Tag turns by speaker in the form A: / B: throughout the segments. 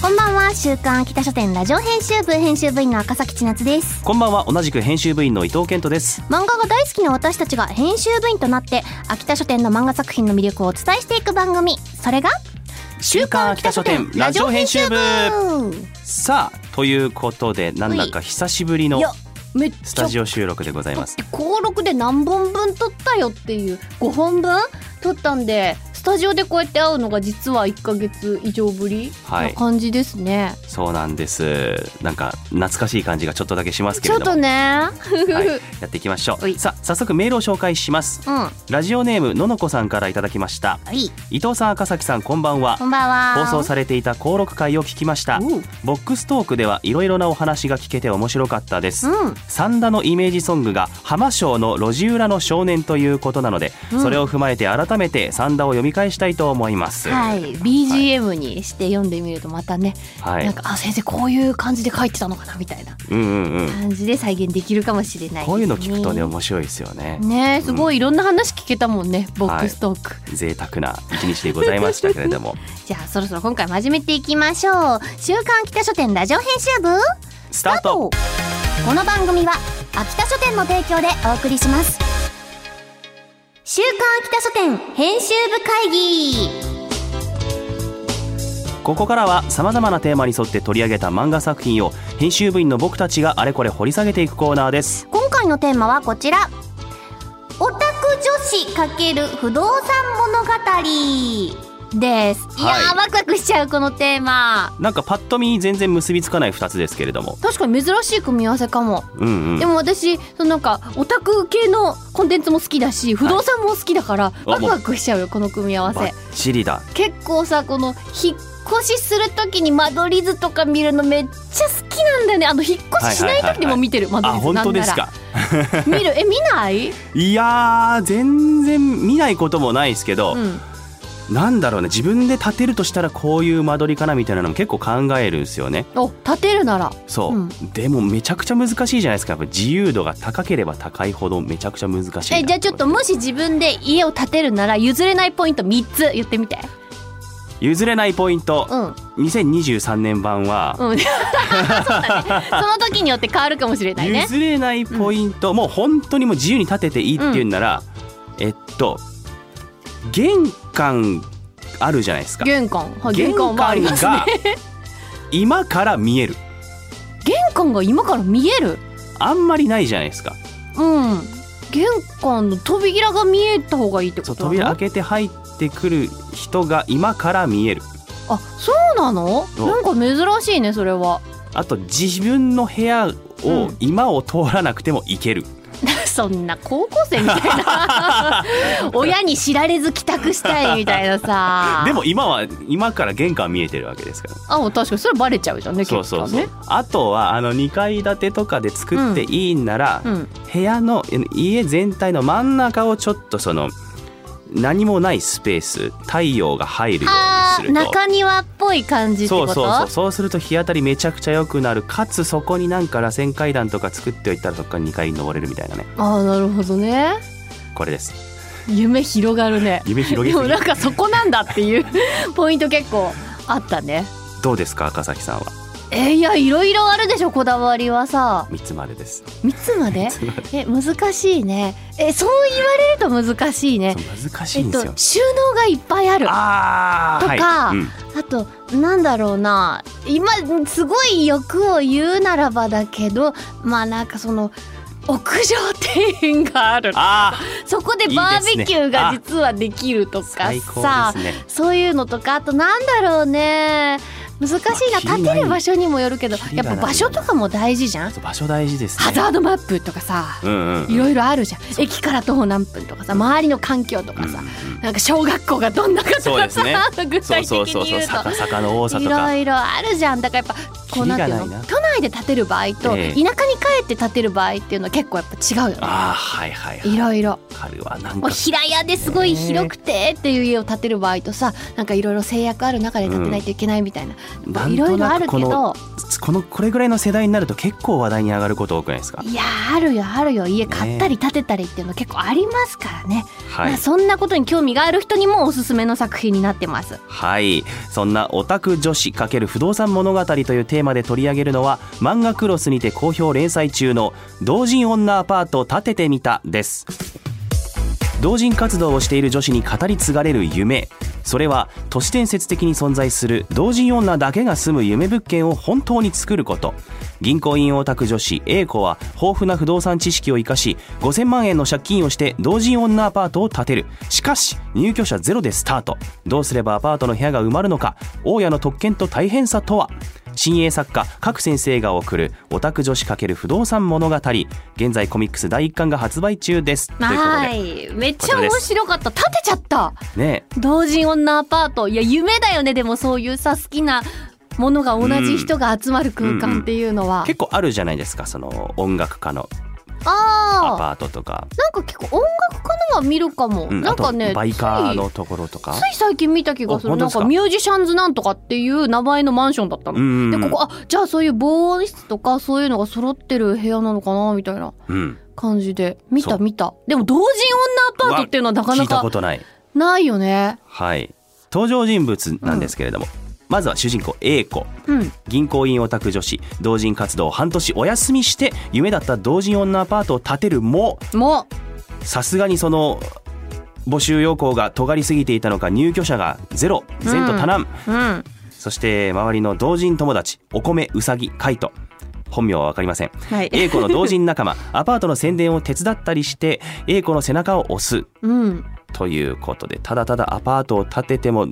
A: こんばんは、週刊秋田書店ラジオ編集部編集部員の赤崎千夏です。
B: こんばんは同じく編集部員の伊藤健人です
A: 漫画が大好きな私たちが編集部員となって秋田書店の漫画作品の魅力をお伝えしていく番組それが
B: 週刊秋田書店ラジオ編集部
A: い
B: さあということでなんだか久しぶりの
A: やめっちゃ
B: スタジオ収録でございます
A: 登録で何本分撮ったよっていう5本分撮ったんでスタジオでこうやって会うのが実は1ヶ月以上ぶり
B: は
A: ない感じですね、
B: そうなんですなんか懐かしい感じがちょっとだけしますけ
A: ちょ
B: れ
A: っ
B: ども
A: とね
B: はい、やっていきましょ
A: おいう
B: さあ早速メールを紹介します
A: うんは
B: ラジオネームののこさんからいただきました
A: い
B: 伊藤さん赤崎さんこんばんは
A: こんばんは
B: 放送されていた登録会を聞きました
A: うん
B: ボックストークではいろいろなお話が聞けて面白かったです
A: うん
B: サンダのイメージソングが浜省の路地裏の少年ということなので、
A: うん
B: それを踏まえて改めてサンダを読み返したいと思います。
A: はい、BGM にして読んでみるとまたね、
B: はい
A: なんかあ先生こういう感じで書いてたのかなみたいな
B: うんうんうん。
A: 感じで再現できるかもしれないですね
B: こういうの聞くとね面白いですよね。
A: ねえすごいいろんな話聞けたもんね、ボッ
B: は
A: ク
B: い
A: ストーク、
B: 贅沢な一日でございましたけれ ども、
A: じゃあそろそろ今回真面目っていきましょう週刊秋田書店ラジオ編集部
B: スタート。
A: この番組は秋田書店の提供でお送りします週刊秋田書店編集部会議
B: ここからはさまざまなテーマに沿って取り上げた漫画作品を編集部員の僕たちがあれこれ掘り下げていくコーナーです。
A: 今回のテーマはこちらオタク女子×不動産物語です、い、や
B: は
A: ーワクワクしちゃうこのテーマ
B: なんかパッと見全然結びつかない2つですけれども、
A: 確かに珍しい組み合わせかも、
B: うんうん
A: で。も私そのなんかオタク系のコンテンツも好きだし不動産も好きだから、ワクワクしちゃうよこの組み合わ
B: バ
A: せ
B: ッチリだ。
A: 結構さこの引っ越しするときに間取り図とか見るのめっちゃ好きなんだよねあの引っ越ししないときでも見てる間取り
B: あ
A: 図
B: 本
A: な
B: 当
A: ん
B: で
A: な
B: す
A: ら
B: か。
A: 見るえ見ない、
B: いやー全然見ないこともないですけど、
A: うん、
B: なんだろうね自分で建てるとしたらこういう間取りかなみたいなのも結構考えるんですよね
A: お建てるなら
B: そう、
A: うん
B: でもめちゃくちゃ難しいじゃないですかやっぱ自由度が高ければ高いほどめちゃくちゃ難しいな
A: えじゃあちょっともし自分で家を建てるなら譲れないポイント3つ言ってみて
B: 譲れないポイント
A: う、んうん
B: 2023年版は、
A: そうだねその時によって変わるかもしれないね
B: 譲れないポイント、もう本当にもう自由に建てていいっていうんなら、えっと玄関あるじゃないですか
A: 玄関はい玄関はありますね
B: が今から見える
A: 玄関が今から見える
B: あんまりないじゃないですか
A: うん玄関の扉が見えた方がいいってこ
B: そう
A: とな
B: 扉
A: の
B: 開けて入ってくる人が今から見える
A: あそうなの
B: そう
A: なんか珍しいねそれ は
B: あと自分の部屋
A: う
B: を
A: ん
B: 今を通らなくても行ける、
A: そんな高校生みたいな 親に知られず帰宅したいみたいなさ
B: でも今は今から玄関見えてるわけですから、
A: あもう確かにそれバレちゃうじゃんね結
B: そ
A: 構
B: う
A: ね
B: そうそうあとはあの2階建てとかで作っていいんなら、
A: うん
B: 部屋の家全体の真ん中をちょっとその何もないスペース太陽が入るよ
A: あ
B: うに
A: ー
B: すると
A: 中庭っぽい感じって
B: そ
A: こ
B: う
A: と
B: そうそうそうすると日当たりめちゃくちゃ良くなるかつそこになんか螺旋階段とか作っておいたらそこから2階に登れるみたいなね
A: あーなるほどね
B: これです
A: 夢広がるね
B: 夢広
A: で
B: げす
A: も
B: ぎ
A: なんかそこなんだっていう ポイント結構あったね
B: どうですか赤崎さんは
A: えーいやいろいろあるでしょこだわりはさ
B: 三つまでです
A: 3つまで
B: 三つまで
A: え難しいねえそう言われると難しいね
B: そう難し
A: え
B: いん
A: っ
B: で
A: と
B: すよ、
A: 収納がいっぱいあるあ
B: ああ
A: とか
B: はいうん
A: となんだろうな今すごい欲を言うならばだけどまあなんかその屋上庭園がある
B: あ
A: そこでバーベキューが実はできると
B: ー
A: か
B: 最高
A: さ
B: ですね
A: そういうのとかあとなんだろうね難しいな
B: まあ
A: 立てる場所にもよるけど
B: キリ
A: や
B: が
A: っ
B: ない
A: ぱ場所とかも大事じゃん
B: そう場所大事ですね
A: ハザードマップとかさ
B: うんうんうん
A: いろいろあるじゃん駅から徒歩何分とかさ周りの環境とかさ
B: うんうん
A: なんか小学校がどんな方
B: そう
A: とか
B: です
A: さ、
B: ね
A: 具
B: そう
A: 体的
B: そうそう
A: に
B: そ
A: 言
B: う
A: うと
B: 坂坂の多さ
A: い
B: とか
A: ろいろあるじゃんだからやっぱこうなんていう
B: キリがない
A: の
B: な
A: 都内で建てる場合と田舎
B: ええ
A: に帰って建てる場合っていうのは結構やっぱ違うよね
B: ああはいはいはい
A: いろいろ
B: わかるわなん
A: もう
B: か
A: 平屋ですごい広くてっていう家を建てる場合とさなんかいろいろ制約ある中で建てないといけないみたいな
B: なんとなく
A: いろいろあるけ
B: この
A: ど
B: このこれぐらいの世代になると結構話題に上がること多くないですか
A: いやあるよあるよ家買ったり建てたりっていうの結構ありますからね
B: は
A: ま
B: い
A: あ、そんなことに興味がある人にもおすすめの作品になってます
B: はいそんなオタク女子×不動産物語というテーマで取り上げるのは漫画クロスにて好評連載中の同人女アパート建ててみたです同人活動をしている女子に語り継がれる夢それは都市伝説的に存在する同人女だけが住む夢物件を本当に作ること銀行員オタク女子 A 子は豊富な不動産知識を生かし5000万円の借金をして同人女アパートを建てるしかし入居者ゼロでスタートどうすればアパートの部屋が埋まるのか大家の特権と大変さとは新鋭作家各先生が送るオタク女子×不動産物語現在コミックス第1巻が発売中ですということ
A: は
B: で
A: いめっちゃ面白かった建てちゃった
B: ね
A: 同人女アパートいや夢だよねでもそういうさ好きなものが同じ人が集まる空間っていうのは、
B: 結構あるじゃないですかその音楽家のア
A: ああ
B: パートとか、
A: なんか結構音楽家のは見るかも、
B: うん、
A: な
B: あ
A: んか
B: と
A: ね
B: バイカーのところと
A: つ
B: か
A: いつい最近見た気がする
B: あ本当
A: な
B: で
A: ん
B: すか
A: かミュージシャンズなんとかっていう名前のマンションだったの、
B: うん
A: でここあじゃあそういう防音室とかそういうのが揃ってる部屋なのかなみたいな
B: うん、
A: 感じで見
B: そ
A: た
B: う
A: 見たでも同人女アパートっていうのはなか
B: 聞
A: ない
B: た
A: か
B: ことない
A: ないよね
B: はい登場人物なんですけれども、まずは主人公 A 子
A: うん
B: 銀行員オタク女子同人活動を半年お休みして夢だった同人女アパートを建てるも
A: も
B: さすがにその募集要項が尖りすぎていたのか入居者がゼロ前途多難、
A: ううん
B: そして周りの同人友達お米うさぎカイト本名は分かりません
A: はい
B: A 子の同人仲間 アパートの宣伝を手伝ったりして A 子の背中を押す
A: うん
B: ということでただただアパートを建てても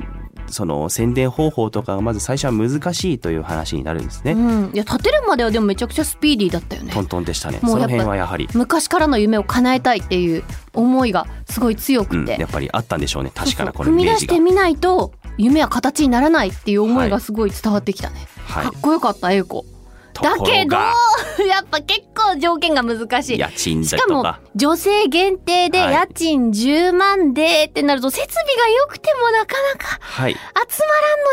B: その宣伝方法とかがまず最初は難しいという話になるんですね、
A: うん、いや建てるまではでもめちゃくちゃスピーディーだったよね
B: トントンでしたねそ
A: も
B: の
A: うやっぱ
B: 辺はやはり、
A: 昔からの夢を叶えたいっていう思いがすごい強
B: うん
A: くて、
B: やっぱりあったんでしょうね確かな
A: そ
B: こ
A: う
B: の
A: そう踏み
B: イメー
A: 出
B: ジ
A: し
B: が
A: てみないと夢は形にならないっていう思いがすごい伝わってきたね、
B: はい
A: かっこよかった英子
B: と
A: だ
B: こ
A: け
B: ろ
A: ど
B: が
A: やっぱ結構条件が難しい
B: 家賃
A: し
B: だ
A: か
B: と
A: も
B: か
A: 女性限定で
B: はい
A: 家賃10万でってなると設備が良くてもなかなか
B: はい、
A: 集まらんの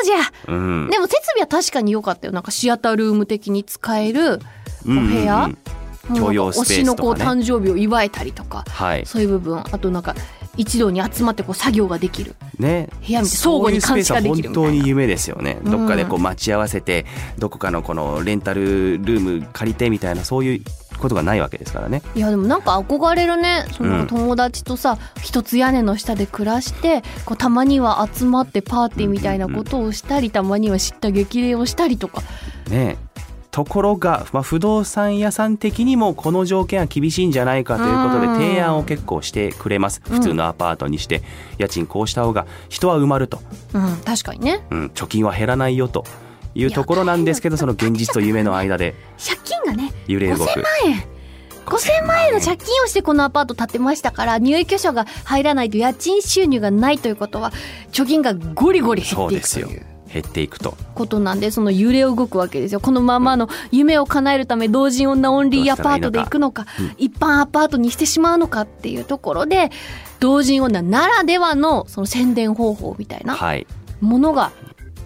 A: じゃ、
B: うん、
A: でも設備は確かに良かったよなんかシアタールーム的に使える
B: お
A: お部屋
B: 共用スペ
A: もう
B: ースとかね
A: なんか推しの子を誕生日を祝えたりとか
B: はい
A: そういう部分あとなんか一堂に集まってこう作業ができる
B: ね、
A: 部屋みたいな相互に監視ができるみたいな
B: そういうスペースは本当に夢ですよね、
A: うん
B: どっかでこう待ち合わせてどこかのこのレンタルルーム借りてみたいなそういうことがないわけですからね
A: いやでもなんか憧れるねそ
B: うん
A: の友達とさ、一つ屋根の下で暮らしてこうたまには集まってパーティーみたいなことをしたり、たまには知った激励をしたりとか
B: ねところが、まあ、不動産屋さん的にもこの条件は厳しいんじゃないかということで
A: うん
B: 提案を結構してくれます
A: ん
B: 普通のアパートにして家賃こうした方が人は埋まると、
A: うん確かにね
B: うん、貯金は減らないよというところなんですけどその現実と夢の間で
A: 借金がね
B: 揺れ動く
A: 5000万円5000万円の借金をしてこのアパート建てましたから入居者が入らないと家賃収入がないということは貯金がゴリゴリ減っ
B: そう
A: てい
B: で
A: く
B: す
A: とい
B: よ
A: う
B: 減っていくと
A: ことなんでその揺れ動くわけですよこのままの夢を叶えるため同人女オンリーアパートで行くのか
B: どうしたらいいの
A: 一般アパートにしてしまうのかっていうところで同人女ならではのその宣伝方法みたいな
B: はい
A: ものが、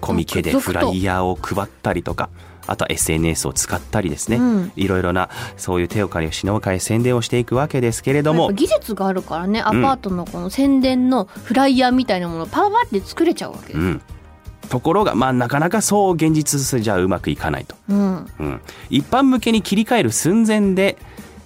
B: コミケでフライヤーを配ったりとかあとは SNS を使ったりですね、
A: うん
B: いろいろなそういう手を借り品を借り宣伝をしていくわけですけれど
A: やっ
B: も
A: ぱ技術があるからねアパートのこの宣伝のフライヤーみたいなものをパワパって作れちゃうわけ
B: う
A: です。
B: ん、ところがまあなかなかそう現実じゃうまくいかないと、
A: うん
B: うん、一般向けに切り替える寸前で、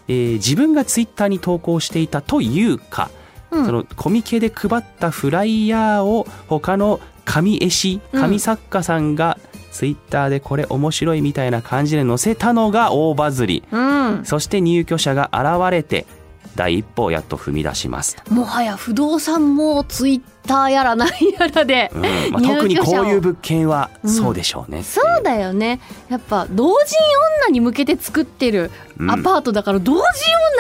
B: えー自分がツイッターに投稿していたというか、
A: うん
B: そのコミケで配ったフライヤーを他の紙絵師
A: うん
B: 紙作家さんがツイッターでこれ面白いみたいな感じで載せたのが大バズり
A: うん
B: そして入居者が現れて第一歩をやっと踏み出 しますと、
A: もはや不動産もツイッターやらなんやらで、
B: うんまあ、
A: 入居者を
B: 特にこういう物件はそうでしょうね、
A: そうだよねやっぱ同人女に向けて作ってる
B: うん
A: アパートだから、同人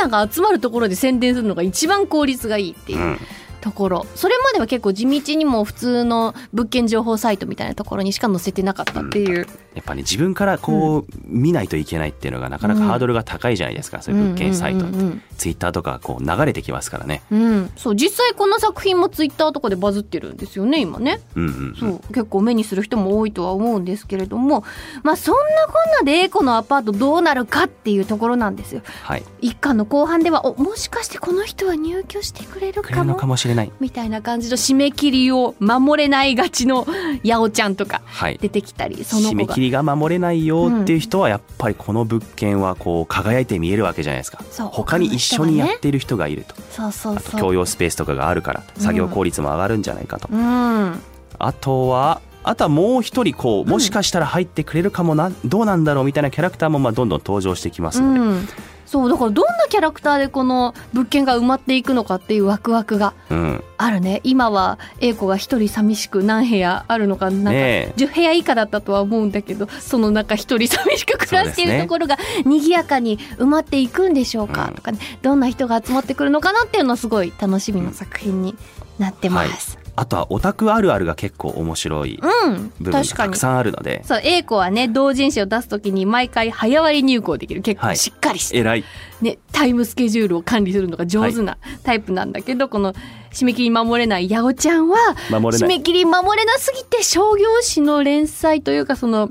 A: 女が集まるところで宣伝するのが一番効率がいいっていううんところ、それまでは結構地道にも普通の物件情報サイトみたいなところにしか載せてなかったっていう、
B: やっぱり、自分からこう見ないといけないっていうのがなかなかハードルが高いじゃないですか、そういう物件サイトって、
A: うんうんうん
B: ツイッターとかこう流れてきますからね、
A: うんうんそう実際この作品もツイッターとかでバズってるんですよね今ね
B: うんうん
A: そう結構目にする人も多いとは思うんですけれどもまあそんなこんなで A 子のアパートどうなるかっていうところなんですよ
B: はい
A: 一巻の後半ではおもしかしてこの人は入居してくれる
B: くれる
A: か
B: の
A: も
B: かもしれない
A: みたいな感じの締め切りを守れないがちの 八尾ちゃんとか
B: はい
A: 出てきたりその
B: 締
A: 子
B: め
A: が
B: 切りが守れないよっていう人はやっぱりこの物件はこう輝いて見えるわけじゃないですか、
A: そう
B: 他に一緒にやってる人がいると、
A: そうそう
B: あと
A: そう
B: 共用スペースとかがあるから作業効率も上がるんじゃないかと、
A: うん
B: あとはあとはもう一人こうもしかしたら入ってくれるかもな、どうなんだろうみたいなキャラクターもまあどんどん登場してきますので、
A: うんそうだからどんなキャラクターでこの物件が埋まっていくのかっていうワクワクが
B: うん
A: あるね今は A 子が一人寂しく何部屋あるのかなんか
B: ねえ
A: 10部屋以下だったとは思うんだけどその中一人寂しく暮らしてい
B: そうです
A: る
B: ね
A: ところが賑やかに埋まっていくんでしょうか
B: うん
A: とかねどんな人が集まってくるのかなっていうのはすごい楽しみな作品になってます。
B: あとはオタクあるあるが結構面白い
A: うん、
B: 部分が
A: 確か
B: た
A: に
B: くさんあるので
A: そう A 子はね同人誌を出すときに毎回早割り入稿できる結
B: は
A: 構
B: い
A: しっかりして、
B: 偉い
A: ね、タイムスケジュールを管理するのが上手なタイプなんだけど、この締め切り守れない八百ちゃんは
B: 守れ
A: 締
B: な
A: め
B: い
A: 切り守れなすぎて商業誌の連載というかその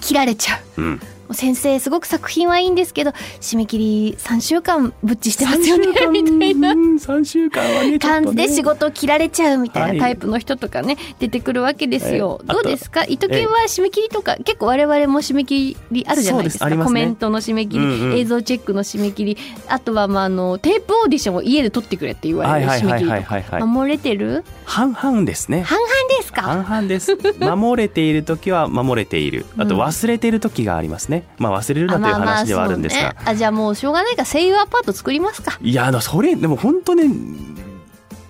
A: 切られちゃう。
B: うん
A: 先生すごく作品はいいんですけど締め切り3週間ぶっちしてますよねみたいな
B: 3週間はねちょっ
A: 感
B: と
A: じ
B: ね
A: で仕事を切られちゃうみたい
B: はい
A: なタイプの人とかね出てくるわけですよ
B: ええあ
A: ど
B: と
A: うですか糸犬は締め切りとか結構我々も締め切りあるじゃないです
B: そ
A: か
B: うですありますね
A: コメントの締め切り、
B: うんうん
A: 映像チェックの締め切りあとはまああのテープオーディションを家で撮ってくれって言わ
B: は
A: れ
B: い
A: る
B: はい
A: 締め
B: は
A: 切
B: い
A: り
B: はい
A: と
B: はいは
A: か
B: い
A: 守れてる
B: 半々ですね
A: 半々ですか
B: 半々です。守れている時は守れている。あと
A: うん
B: 忘れている時がありますね。まあ忘れるなという
A: あまあまあ
B: 話ではあるんです
A: そう
B: が。
A: ねあじゃあもうしょうがないから声優アパート作りますか
B: いやあのそれでも本当ね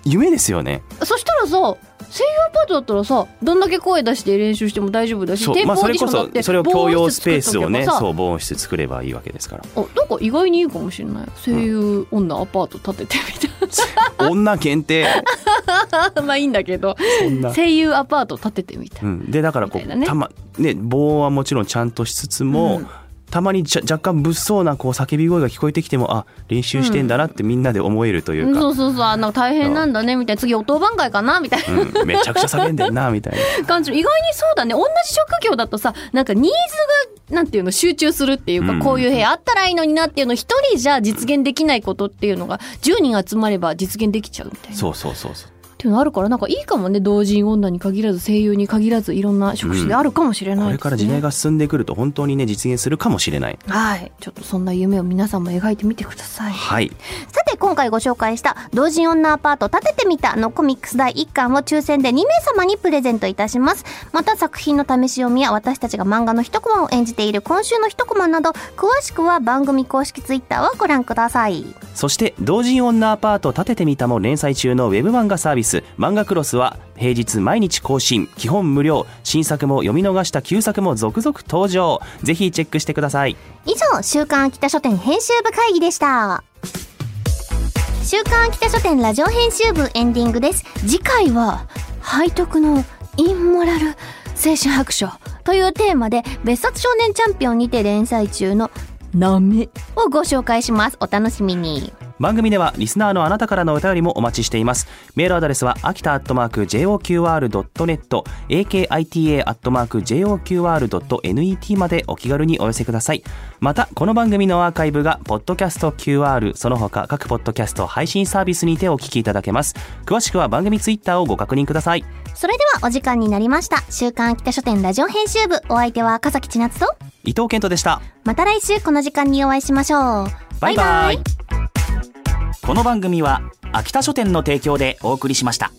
B: 夢ですよね。
A: そしたらさ声優アパートだったらさどんだけ声出して練習しても大丈夫だし
B: そ
A: テー
B: う
A: プ
B: ま
A: オ
B: あそ
A: ーデ
B: れ
A: ィショ
B: こ
A: ンだ
B: そ
A: って
B: それを共用スペースをね
A: 防音室作っとけばさ
B: そう防音室作ればいいわけですから。
A: あなんか意外にいいかもしれない声優女アパート建ててみたい
B: 女限定
A: なまあい いんだけど
B: そんな。
A: 声優アパート建ててみたいうな、
B: ん、でだからこ
A: みたいうな
B: た,、
A: ね
B: まね防音はもちろんちゃんとしつつも、
A: うん
B: たまにじゃ若干物騒なこう叫び声が聞こえてきてもあ練習してんだなってみんなで思えるというか、
A: そううそうそうあなんか大変なんだねみたいな次お当番会かなみたい
B: ん、めちゃくちゃ叫んでんなみたいな。
A: な感じ意外にそうだね同じ職業だとさなんかニーズがなんていうの集中するっていうか、
B: うん
A: こういう部屋あったらいいのになっていうの一人じゃ実現できないことっていうのが10人集まれば実現できちゃうみたいな
B: そうそ うそうそう。
A: っていうのあるからなんかいいかもね同人女に限らず声優に限らずいろんな職種であるかもしれない
B: こ
A: です、ね
B: れから時代が進んでくると本当にね実現するかもしれない。
A: はいちょっとそんな夢を皆さんも描いてみてください
B: はい。
C: さて今回ご紹介した「同人女アパート建ててみた」のコミックス第1巻を抽選で2名様にプレゼントいたしますまた作品の試し読みや私たちが漫画の一コマを演じている今週の一コマなど詳しくは番組公式ツイッターをご覧ください
B: そして同人女アパート建ててみたも連載中のウェブ漫画サービス漫画クロスは平日毎日更新基本無料新作も読み逃した旧作も続々登場ぜひチェックしてください
C: 以上週刊秋田書店編集部会議でした週刊秋田書店ラジオ編集部エンディングです
A: 次回は背徳のインモラル青春白書
C: というテーマで別冊少年チャンピオンにて連載中の
A: なめ
C: をご紹介しますお楽しみに
B: 番組ではリスナーのあなたからのお便りもお待ちしていますメールアドレスは秋田アットマーク JOQR.net akita アットマーク JOQR.net までお気軽にお寄せくださいまたこの番組のアーカイブがポッドキャスト QR その他各ポッドキャスト配信サービスにてお聞きいただけます詳しくは番組ツイッターをご確認ください
C: それではお時間になりました週刊秋田書店ラジオ編集部お相手は笠木千夏と
B: 伊藤健人でした
C: また来週この時間にお会いしましょう
B: バイバイこの番組は秋田書店の提供でお送りしました